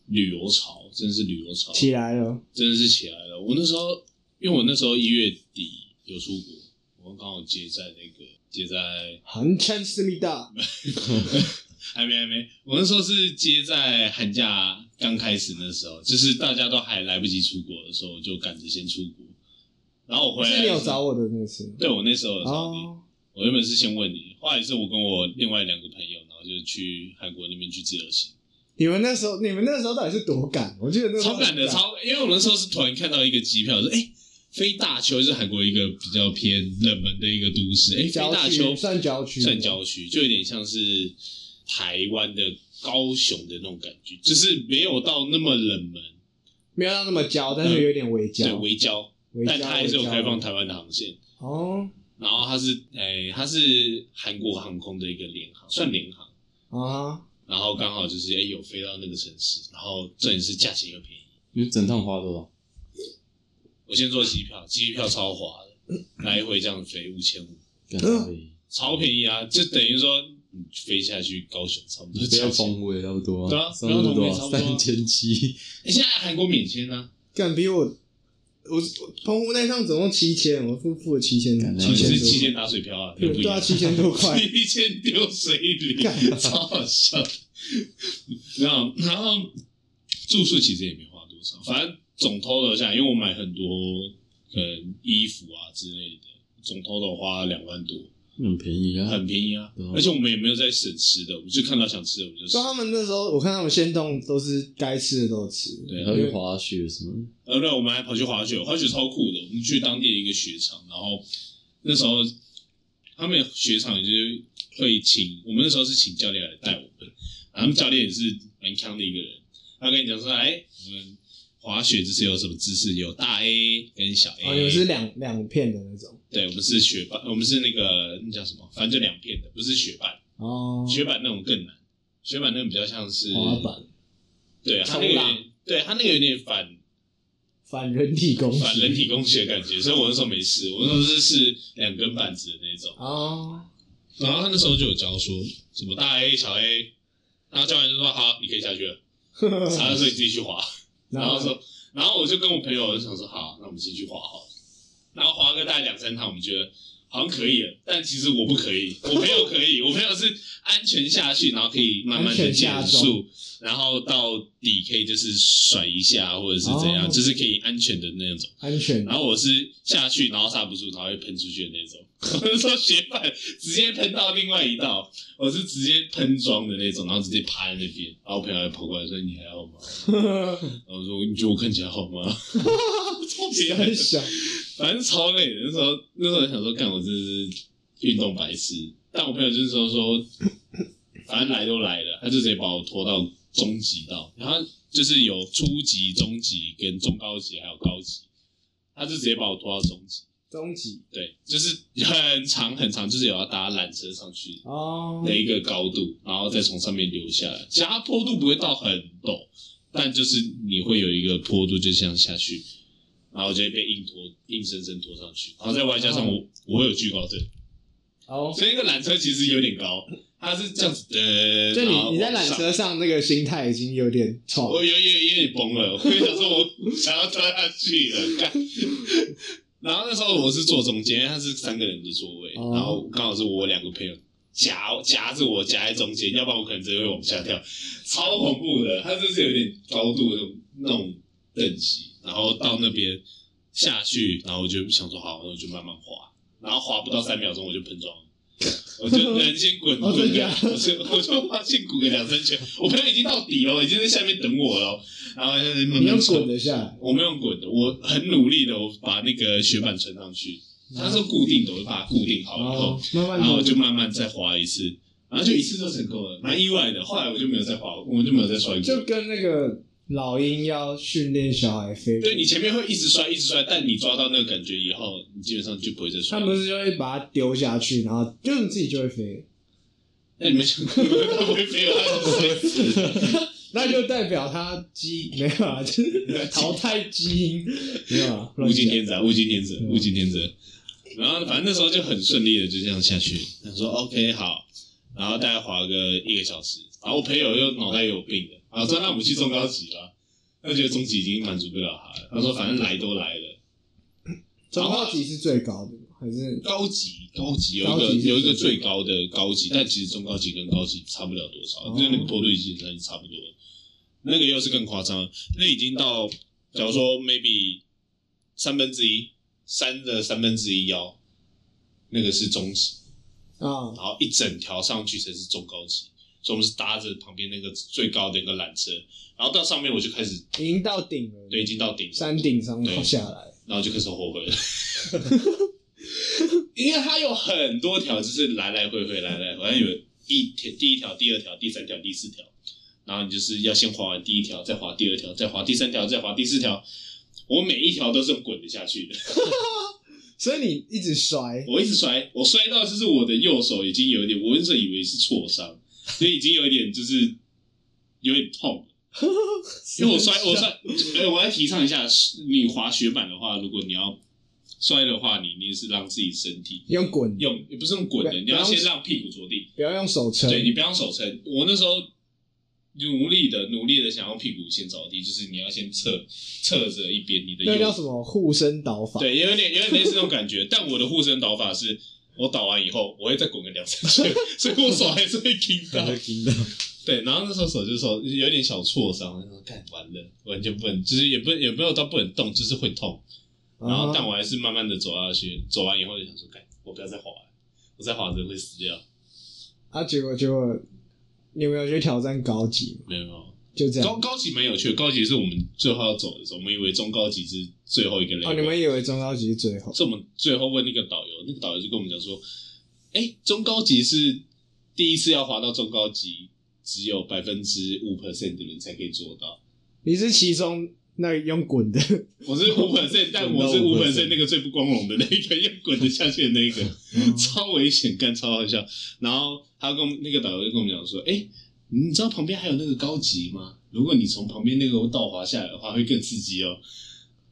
旅游潮，真是旅游潮，起来了。真的是起来了。我那时候，因为我那时候一月底有出国，我刚好接在那个接在很찬스입니다。还没还没，我那时候是接在寒假刚开始那时候，就是大家都还来不及出国的时候，我就赶着先出国。然后我回来的是时你候，有找我的那次吗对我那时候有找你，哦，我原本是先问你，后来是我跟我另外两个朋友，然后就去韩国那边去自由行，你们那时候，你们那时候到底是多赶？我记得那时候超赶的，超，因为我那时候是突然看到一个机票，说哎。飞大邱就是韩国一个比较偏冷门的一个都市，哎、飞郊大区邱算郊区，算郊区，就有点像是台湾的高雄的那种感觉，就是没有到那么冷门，没有到那么郊，但是有点围郊，嗯对，微郊，围郊，但它还是有围郊开放台湾的航线。哦然后它是，诶、它是韩国航空的一个联航，算联航。啊，然后刚好就是，诶、有飞到那个城市，然后重点是价钱又便宜。你整趟花多少？我先做机票，机票超划的，来回这样飞五千五，干嗯杯超便宜啊！就等于说你飞下去高雄差不多你价不要钱。同位差不多对啊上次多少不要同位差不多啊三千七，诶哎现在韩国免签啊，干比我我澎湖那趟总共七千，我付付了七千干你七是千七千多打水漂啊，又块，不一对啊，样。七千多 块，一千丢水里，干超好笑。然后，然后住宿其实也没花多少，反正总 total 下来，因为我呃买很多可能衣服啊之类的，总 total 花两万多。很便宜啊，很便宜啊对啊，而且我们也没有在省吃的，我们就看到想吃的我们就吃所以。他们那时候，我看他们先动都是该吃的都有吃，对还有去滑雪什么的，呃，对，我们还跑去滑雪，滑雪超酷的。我们去当地的一个雪场，然后那时候他们雪场就是会请我们那时候是请教练来带我们，然后他们教练也是蛮强的一个人，他跟你讲说，哎，我们滑雪就是有什么姿势，有大 A 跟小 A，、哦，你们是两两片的那种对，我们是雪板，我们是那个那叫什么，反正就两片的，不是雪板，哦，雪板那种更难，雪板那种比较像是滑，板对，它那个有冲浪点，对，它那个有点反反人体工反人体工学的感觉，所以我那时候没试，我那时候是试两根板子的那种。哦， 然后他那时候就有教说什么大 A 小 A，然后教练就说好，你可以下去了，然后说你自己去滑。嗯然后说，然后我就跟我朋友就想说好，那我们先去滑好了。然后滑个大概两三趟，我们觉得好像可以了，但其实我不可以，我朋友可以，我朋友是安全下去，然后可以慢慢的安全下减速，然后到底可以就是甩一下或者是怎样，哦就是可以安全的那种。安 全然后我是下去，然后刹不住，然后会喷出去的那种。 我是说雪板直接喷到另外一道，我是直接喷装的那种，然后直接趴在那边。然后我朋友还跑过来说：“你还好吗？”然后我说：“你觉得我看起来好吗？” 超级害很小，反正超累的。那时候那时候想说，干我真是运动白痴。但我朋友就是说说，反正来都来了，他就直接把我拖到中级道，然后就是有初级、中级跟中高级还有高级，他就直接把我拖到中级。终极对，就是很长很长，就是有要搭缆车上去哦，的一个高度，然后再从上面流下来。其实它坡度不会到很陡，但就是你会有一个坡度，就这样下去，然后就会被硬拖，硬生生拖上去。然后再外加上我，我会有惧高症，哦，所以那个缆车其实有点高，它是这样子的。就然后你你在缆往上，车上那个心态已经有点错我有有有点崩了，我就想说我想要跳下去了。干然后那时候我是坐中间，因为它是三个人的座位，哦然后刚好是我两个朋友夹夹着我夹在中间，要不然我可能直接会往下跳，超恐怖的。它就是有点高度的那种等级，然后到那边下去，然后我就想说好，那我就慢慢滑，然后滑不到三秒钟我就喷装了。我就人先滚哦滚真的个假，的我就 我就发现滚个两三圈，我朋友已经到底了，已经在下面等我了，然后就是慢你要慢冲滚得下来，我没有滚的，我很努力的，我把那个雪板撑上去，它是固定的，我就把它固定好以后，哦，慢慢然后走我就慢慢再滑一次，然后就一次就成功了，蛮意外的。后来我就没有再滑，我就没有再摔就过。跟那个老鹰要训练小孩飞，对你前面会一直摔，一直摔，但你抓到那个感觉以后，你基本上就不会再摔他。们是就会把它丢下去，然后就你自己就会飞，那你们想， 他不会飞吗？他是摔死的那就代表他基 没有啊，就是淘汰基 因没有啊，物乱竞讲天择，物竞天择，对啊物竞天择。然后反正那时候就很顺利的就这样下去。他说 OK 好，然后大概滑个一个小时。然后我朋友又脑袋有病的，然后说那我们去中高级吧。他觉得中级已经满足不了他了。他说反正来都来了，总高级是最高的吗还是高级高级有一高个级是有一个最高的高级，但其实中高级跟高级差不了多少，哦就那个坡度已经已经差不多了。那个又是更夸张了，那已经到假如说 maybe 三分之一三的三分之一腰，那个是中级，啊？然后一整条上去才是中高级，所以我们是搭着旁边那个最高的一个缆车，然后到上面我就开始已经到顶了，对，已经到顶了，山顶上对下来，然后就开始后悔了， 因为它有很多条，就是来来回回，来来回，好像有一条、第一条、第二条、第三条、第四条，然后你就是要先滑完第一条，再滑第二条，再滑第三条，再滑第四条。我每一条都是滚的下去的，所以你一直摔，我一直摔，我摔到就是我的右手已经有一点，我那时候以为是挫伤，所以已经有一点就是有点痛了。 因为我摔，我摔，哎、我来提倡一下，你滑雪板的话，如果你要摔的话，你你也是让自己身体 用滚，用，也不是用滚的，对你要然后先让屁股着地，不要用手撑，对你不要用手撑。我那时候努力的、努力的想要屁股先着地，就是你要先侧侧着一边，你的那右个叫什么护身导法？， 对，有点有点类似那种感觉。但我的护身导法是，我导完以后，我会再滚个两三圈， 所以我手还是会听到。听到，对，然后那时候手就手有点小挫伤，然后干完了，完全不能，就是也不也没有到不能动，就是会嗯啊痛。然后但我还是慢慢的走下去，走完以后就想说，干，我不要再滑了，我在滑着会死掉。啊，结果结果你有没有去挑战高级嘛？没有没有，就这样高。高级蛮有趣的，高级是我们最后要走的时候，我们以为中高级是最后一个 level，、哦，你们以为中高级是最后？是我们最后问那个导游，那个导游就跟我们讲说，哎、中高级是第一次要滑到中高级，只有百分之五 percent 的人才可以做到。你是其中那个用滚的，我是五 percent，但我是五 percent 那个最不光荣的那一个，又滚得下去的那一个，嗯超危险，干超好笑。然后他跟我们那个导游就跟我们讲说，哎、你知道旁边还有那个高级吗？如果你从旁边那个倒滑下来的话，会更刺激哦。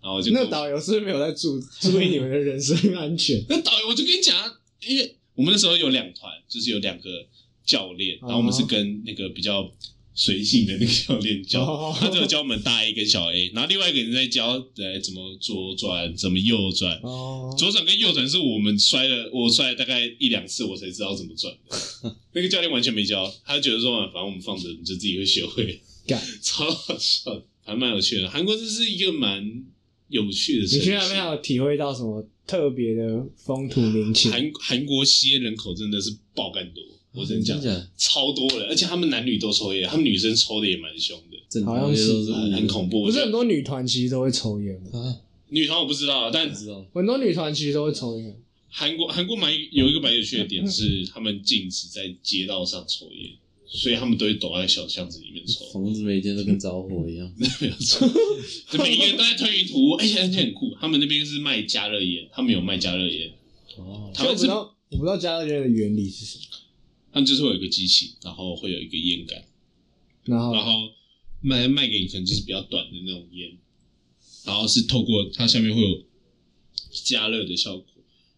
然后我就跟那我导游是不是没有在注注意你们的人身安 全？那导游我就跟你讲啊，因为我们那时候有两团，就是有两个教练，哦然后我们是跟那个比较随性的那个教练教，哦他只有教我们大 A 跟小 A，然后另外一个人在教呃怎么左转，怎么右转。哦，左转跟右转是我们摔了，我摔了大概一两次，我才知道怎么转的。那个教练完全没教，他觉得说啊反正我们放着，你就自己会学会 干，超好笑的，还蛮有趣的。韩国这是一个蛮有趣的城市。你去那边有体会到什么特别的风土民情？韩韩国吸烟人口真的是爆干多，我只能讲嗯真，假？超多人，而且他们男女都抽烟，他们女生抽的也蛮凶的，整好条像街是都是雾很恐怖。嗯不是很我觉得多女团其实都会抽烟吗？啊，女团我不知道，但不知道很多女团其实都会抽烟。韩国韩国蛮有一个蛮有趣的点是，他们禁止在街道上抽烟，嗯所以他们都会躲在小巷子里面抽。房子每间都跟着火一样，没有错，嗯 就每一个人哎都在吞云吐雾，而且而且很酷。他们那边是卖加热烟，他们有卖加热烟，哦，他就我们不知是道，我不知道加热烟的原理是什么。他们就是会有一个机器，然后会有一个烟杆。然后然后卖卖给你可能就是比较短的那种烟，然后是透过它下面会有加热的效果，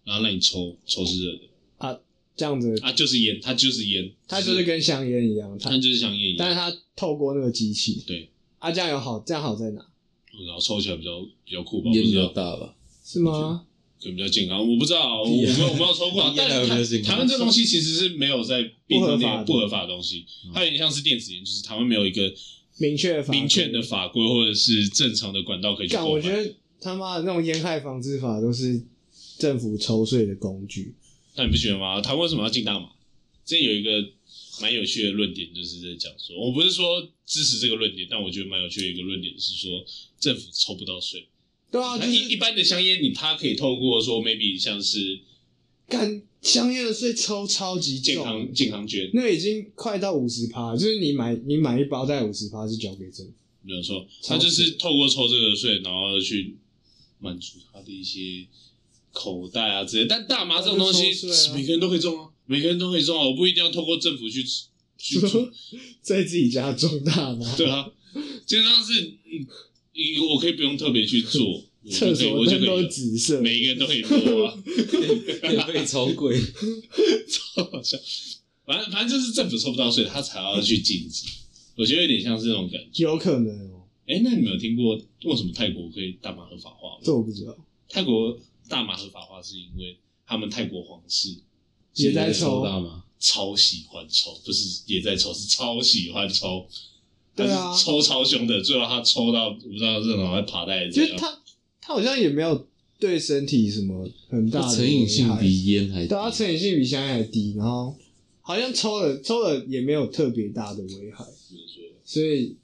然后让你抽抽是热的这样子，啊，就是烟，它就是烟，它就是跟香烟一样，它它就是像烟一但是样，它透过那个机器。对，啊，这样有好，这样好在哪？然后抽起来比较比较酷吧，我烟不比知较道，大 吧？是吗？可能比较健康，我不知道，我我没有我没有抽 过啊，烟但还有没有是健它康台湾这东西其实是没有在便利店不不合合法法的东西，它有点像是电子烟，就是台湾没有一个明确的法规明确的。法规或者是正常的管道可以去干，购我觉买，得他妈的那种烟害防治法都是政府抽税的工具。那你不觉得吗？台湾为什么要禁大麻？之前有一个蛮有趣的论点，就是在讲说，我不是说支持这个论点，但我觉得蛮有趣的一个论点是说，政府抽不到税。对啊，就那一一是般的香烟，你它可以透过说 maybe 像是干香烟的税抽超级重，健康健康捐，那个已经快到五十趴，就是你买你买一包带五十趴是交给政府。没有错，超它就级是透过抽这个税，然后去满足他的一些口袋啊之类的。但大麻这种东西那就抽税啊，每个人都可以中啊，每个人都可以中啊，我不一定要透过政 府去去做。在自己家种大麻，对啊，基本上是嗯，一我可以不用特别去做，我就厕可以所我就灯可都以是紫色。每个人都可以摸啊， 电费超贵，超好笑。反正反正就是政府抽不到税，他才要去禁止。我觉得有点像是那种感觉。有可能哦，哎、那你们有听过为什么泰国可以大麻合法化吗？这我不知道。泰国大麻合法化是因为他们泰国皇室也在抽抽大麻，超喜欢抽，不是也在抽，是超喜欢抽。对啊他是抽超凶的，最后他抽到我不知道这种还爬袋就子是。他，他好像也没有对身体什么很大的成瘾性危害比烟还对啊，大。他成瘾性比香烟还低，然后好像抽了抽了也没有特别大的危害，所以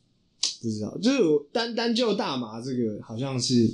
不知道，就是我单单就大麻这个好像是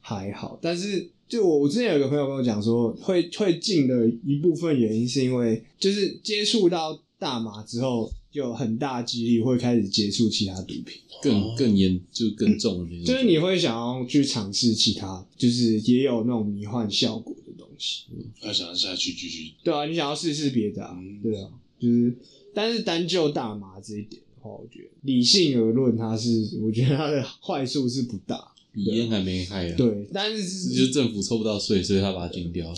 还好，但是就我我之前有个朋友跟我讲说，会会禁的一部分原因是因为就是接触到大麻之后，有很大几率会开始接触其他毒品，更更严就更重的那种，就是你会想要去尝试其他，就是也有那种迷幻效果的东西，他想要下去继续对啊，你想要试试别的啊，嗯对啊，就是，但是单就大麻这一点的话，我觉得理性而论，它是我觉得它的坏处是不大，比烟还没害啊。，对，但就是是政府抽不到税，所以他把它禁掉。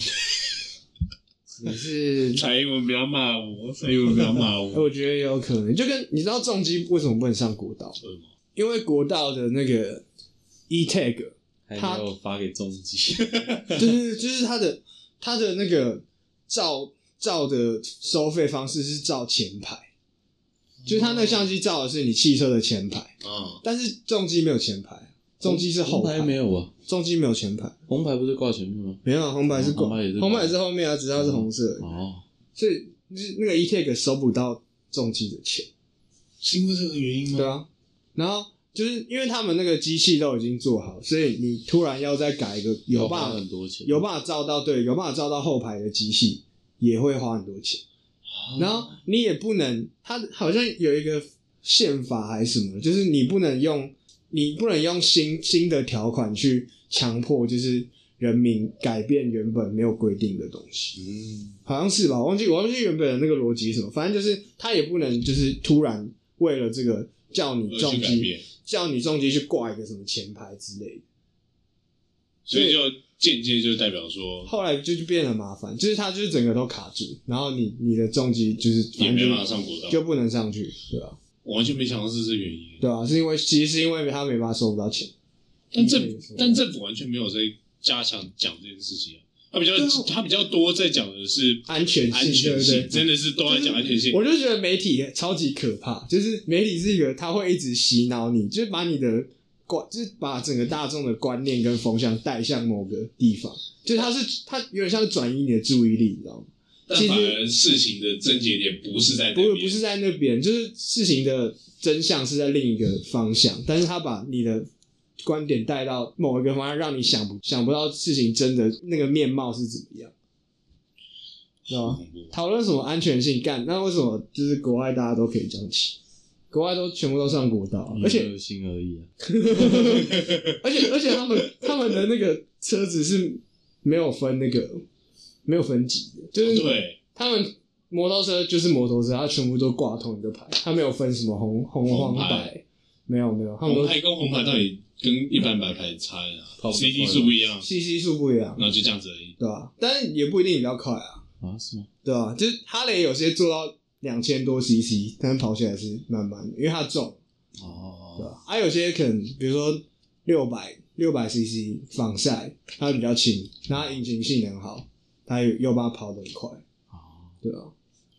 只是。蔡英文不要骂我，蔡英文不要骂我。 我觉得也有可能，就跟你知道重机为什么不能上国道？为什么因为国道的那个 e tag 还没有发给中级， 对对对，就是它的它的那个照照的收费方式是照前排，就是它那个相机照的是你汽车的前排，啊，但是重机没有前排，重机是后红牌没，有啊？重机没有前排，红牌不是挂前面吗？没有啊红牌是红牌也是红牌是后面啊，只是它是红色的。哦，所以就是那个 ETEC 收不到重机的钱。是因为这个原嗯因吗？对啊，然后就是因为他们那个机器都已经做好，所以你突然要再改一个有办花法很多钱，有办法照到对，有办法照到后排的机器也会花很多钱。啊然后你也不能，它好像有一个宪法还是什么，就是你不能用你不能用新新的条款去强迫，就是人民改变原本没有规定的东西。嗯，好像是吧，我忘记我忘记原本的那个逻辑是什么，反正就是他也不能就是突然为了这个叫你而重去改击变，叫你重击去挂一个什么前排之类的，所以就间接就代表说后来就就变得很麻烦，就是他就是整个都卡住，然后你你的重击就是也反正没就办法上国道，就不能上去，对吧、我完全没想到是这个原因。对啊，是因为其实是因为他没办法收不到钱，但政你可以说但政府完全没有在加强讲这件事情啊，他比较对啊他比较多在讲的是安全性安全对性，不对？真的是都在讲安全性。我就觉得媒体超级可怕，就是媒体是一个他会一直洗脑你，就是把你的观，就是把整个大众的观念跟风向带向某个地方，就是他是他有点像是转移你的注意力，你知道吗？但其实反而事情的症结点不是在那不边，不是在那边，就是事情的真相是在另一个方向，但是他把你的观点带到某一个方向，让你想不想不到事情真的那个面貌是怎么样，知道吗？恐怖讨论什么安全性干，那为什么就是国外大家都可以这样骑？国外都全部都上国道，而且嗯有心而已啊。 而且而且他们他们的那个车子是没有分那个没有分级的，就是哦对，他们摩托车就是摩托车，它全部都挂同一个牌，它没有分什么红红黄红牌白，没有没有，他们红都牌跟红牌到底跟一般白牌差跑啊不快，CD 数不一样， CC 数不一样，然后就这样子而已。对吧、但是也不一定比较快啊，啊，是吗？对吧、就是哈雷有些做到两千多 CC，但是跑起来是慢慢的，因为它重。对哦，吧？啊，有些可能比如说六百六百 CC 防晒，它比较轻，然后引擎性能好，它又又把它跑得很快，哦，对吧？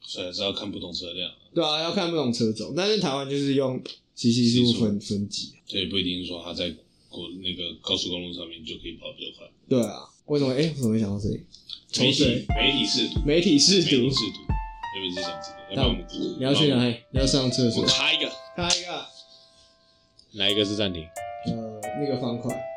虽然是要看不同车辆啊，对啊，要看不同车种，但是台湾就是用 CC 数分分级，所以不一定说他在国那个高速公路上面就可以跑得比较快。对啊。为什么？哎、我怎么会想到这里？媒抽体水，媒体试读，媒体媒试体读，试读，原本是想这个，要不然我们你要去哪？里？你要上厕我所们？开一个，开一个，哪一个是暂停？啊呃，那个方块。